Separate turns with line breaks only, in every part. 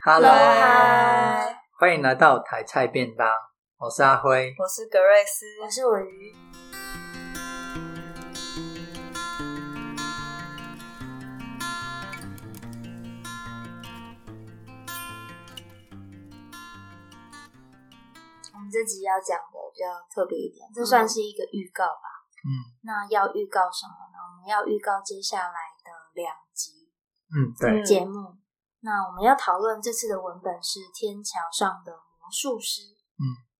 Hello，
嗨，
欢迎来到台菜便当，我是阿辉。嗯
我是格瑞斯，
我是尾鱼，我们这集要讲的比较特别一点，这算是一个预告吧。
嗯
那要预告什么呢？我们要预告接下来的两集
嗯，对，
嗯
节目。那我们要讨论这次的文本是《天桥上的魔术师》。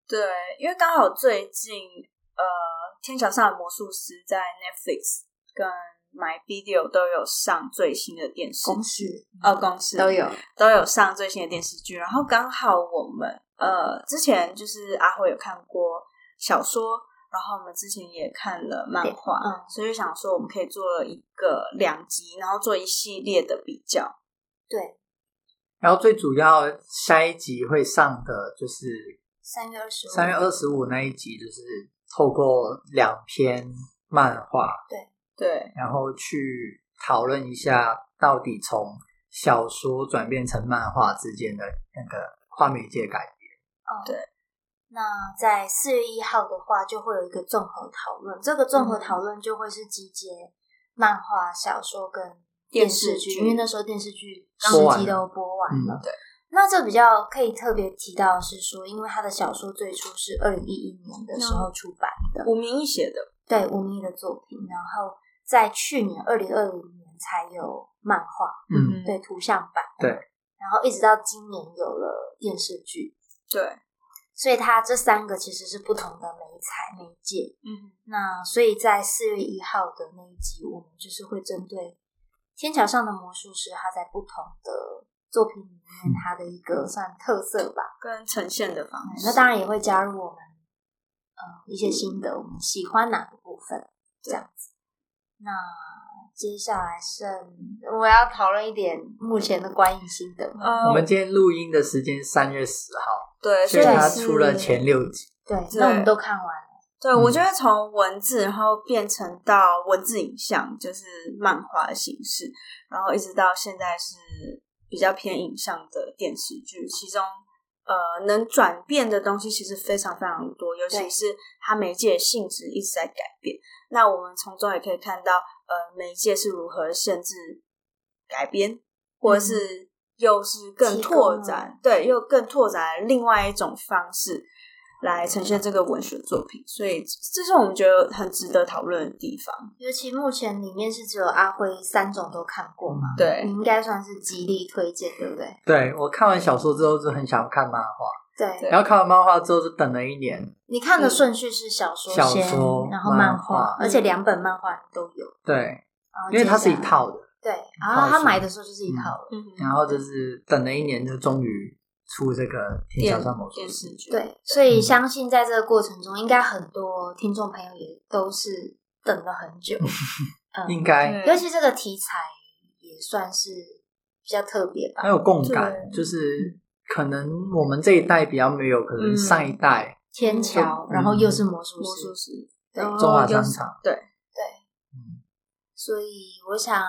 对，因为刚好最近呃，《天桥上的魔术师》在 Netflix 跟 My Video 都有上最新的电视
恭
剧，
喜
哦，公司
都有，
都有上最新的电视剧，然后刚好我们呃之前就是阿辉有看过小说，然后我们之前也看了漫画，
嗯
所以就想说我们可以做一个两集，然后做一系列的比较。
对，
然后最主要下一集会上的就是
三月二十五，
三月二十五那一集，就是透过两篇漫画，
对，
然后去讨论一下到底从小说转变成漫画之间的那个跨媒介改变。
那在四月一号的话，就会有一个综合讨论。这个综
嗯
合讨论就会是集结漫画、小说跟电视
电视剧
剧，因为那时候电视剧十
播完
集
了
都播完
嗯
了。那这比较可以特别提到的是说，因为他的小说最初是二零一一年的时候出版的，
吴明义写的，
对吴宓的作品，然后在去年二零二零年才有漫画，
嗯，
对图像版，
对
然后一直到今年有了电视剧，
对，
所以它这三个其实是不同的媒材媒介。
嗯，
那所以在四月一号的那一集，我们就是会针对《天桥上的魔术师》，他在不同的作品里面，他的一个算特色吧。
跟呈现的方
嗯
式，
那当然也会加入我们呃一些新的，我们喜欢哪个部分这样子。那接下来剩我要讨论一点目前的观影心得吗。
呃，
我们今天录音的时间三月十号，
对，
所
所
以
以
对
它
是
出了前六集。
对，
对
那我们都看完了。
对我就会从文字，然后变成到文字影像，就是漫画的形式，然后一直到现在是比较偏影像的电视剧，其中。呃，能转变的东西其实非常非常多，尤其
对
是它媒介的性质一直在改变。那我们从中也可以看到，呃，媒介是如何限制改编，或者
嗯
是又是更
提供
拓
了
展，对，又更拓展另外一种方式来呈现这个文学作品，所以这是我们觉得很值得讨论的地方。
尤其目前里面是只有阿辉三种都看过嘛，你
对，
应该算是极力推荐，对不对？
对我看完小说之后就很想看漫画，
对
对
然后看完漫画之后就等了一年。
你看的顺序是小说
小
先，
说
然后漫
漫画
画，而且两本漫画你都有，
对，
然
哦
后
因为它是一
接下来，
套的，
对，
套
然后他
书
买的时候就是一套了，
嗯
然后就是等了一年，就终于出这个《天
电
桥上魔术
电
师》。
视剧，
对，所
嗯
以相信在这个过程中，应该很多听众朋友也都是等了很 久，
应
嗯，
该
尤其这个题材也算是比较特别吧
很，有共感，
对
就是可能我们这一代比较没有，可能
嗯
上一代
天桥，
嗯
然后又是魔术
魔术
师，
师，
对
然后
中华商
又是
场
对，
嗯
所以我想，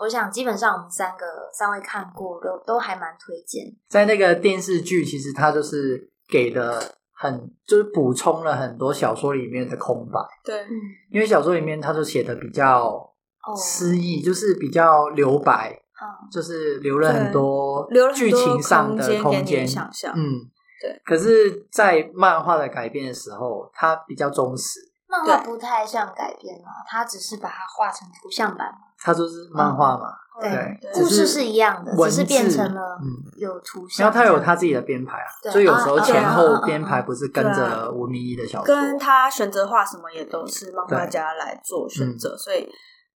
我想基本上我们三个三位看过都都还蛮推荐的，
在那个电视剧，其实它就是给的很，就是补充了很多小说里面的空白，
对，
嗯，
因为小说里面它就写的比较
哦，
诗意，就是比较留白，
嗯，
就是留了很多
留了很
剧
多
情上的
空
空
间给
间
你想象
嗯，
对。
可是，在漫画的改编的时候，它比较忠实，
漫画不太像改编嘛，它只是把它画成图像版嘛，
它就是漫画嘛，
对
嗯对
故事
只是
是一样的，
文
只
字
是变成了
嗯
有图像
然后
这
它
样。
有它自己的编排啊，
对
所以有时候前
啊啊
后
啊啊
编排不是跟
对
着
啊
吴明义的小说，
跟他选择画什么也都是漫画家来做
嗯
选择，所以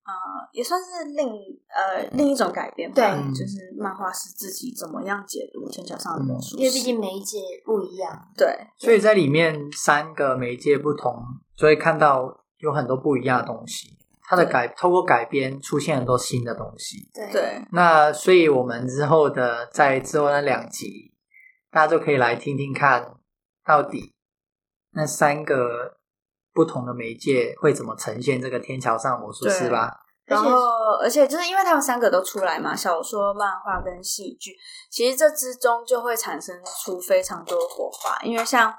呃，也算是另呃另一种改变吧。
对
嗯
就是漫画是自己怎么样解读天桥上的
嗯
魔术师，
因为毕竟媒介不一样，
对
所以在里面三个媒介不同，所以看到有很多不一样的东西。它的改透过改编出现很多新的东西，
对
对
那所以我们之后的在之后那两集，大家就可以来听听看，到底那三个不同的媒介会怎么呈现这个天桥上的魔术师吧。
然后，而且就是因为他们三个都出来嘛，小说、漫画跟戏剧，其实这之中就会产生出非常多火花。因为像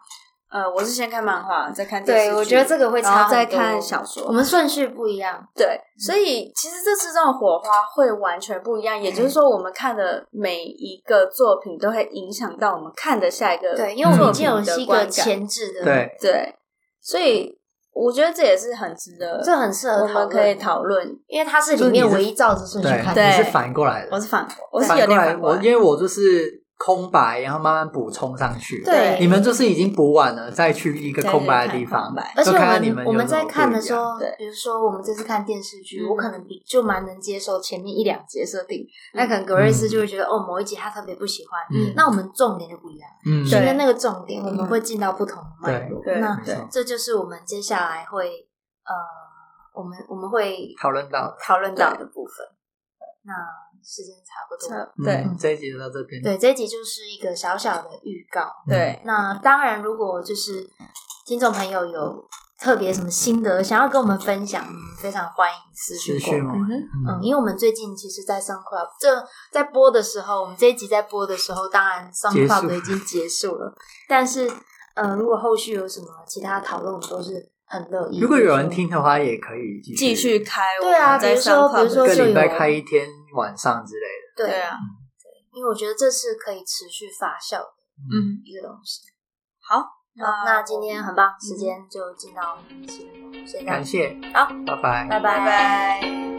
呃，我是先看漫画，再看电视
对，
剧
我觉得这个会
然
差
后再
很多
看小说
我们顺序不一样，
对，所以其实这次这种火花会完全不一样，也
嗯
就是说，我们看的每一个作品都会影响到我们看的下一个
对，因为我们
作
已
品
经有
的
一个
观感
前置的，，
对，
对，所以我觉得这也是很值得，
这很适合
我
讨
们
论
可以，讨论。
因为它是
就
里
是你
面
是
唯一照着顺序看的，
你
对
是反过来的，
我是反，我
我
是有点
来，
反过
我
来
因，为我就是空白，然后慢慢补充上去。
对
你们就是已经补完了，再去一个
再去
空白的
看
地
空
方
白，
而
就
且我
看看你
们
们
我
有
们
什么
在看
不
的
一
时
样
候
对，
比如说我们这次看电视剧，
嗯
我可能比就蛮能接受前面一两集的设定，那可能格瑞斯就会觉得哦某一集他特别不喜欢，
嗯
那我们重点就不一样，
嗯，
因
对
为那个重点我们会进到不同的脉络，
对
那
没错，
这就是我们接下来会呃我们我们会
讨论到
讨论到的部分。那时间差不多，
这啊对
嗯这一集就到这边，
对这一集就是一个小小的预告，
对，
那当然，如果就是听众朋友有特别什么心得想要跟我们分享，我们非常欢迎私
持
讯
续
过来。
吗？
嗯哼，
嗯，
嗯，
因为我们最近其实，在 s o u n c l u b 这在播的时候，我们这一集在播的时候，当然 s o
结
u n c
束
l u b 已经结束了。但是，呃，如果后续有什么其他讨论，我们都是很乐意。
如果有人
比如说
听的话，也可以继续
继续开我
对啊
们在
比如说
SoundCloud
比如说
一
的
个礼拜
就有
开一天晚上之类的。
对
对啊，
因为我觉得这是可以持续发酵的
嗯。
一个东西。
好，
好，那今天很棒，时间就进到我们的节目，现在
感谢，
好，
拜拜。
拜
拜拜
拜。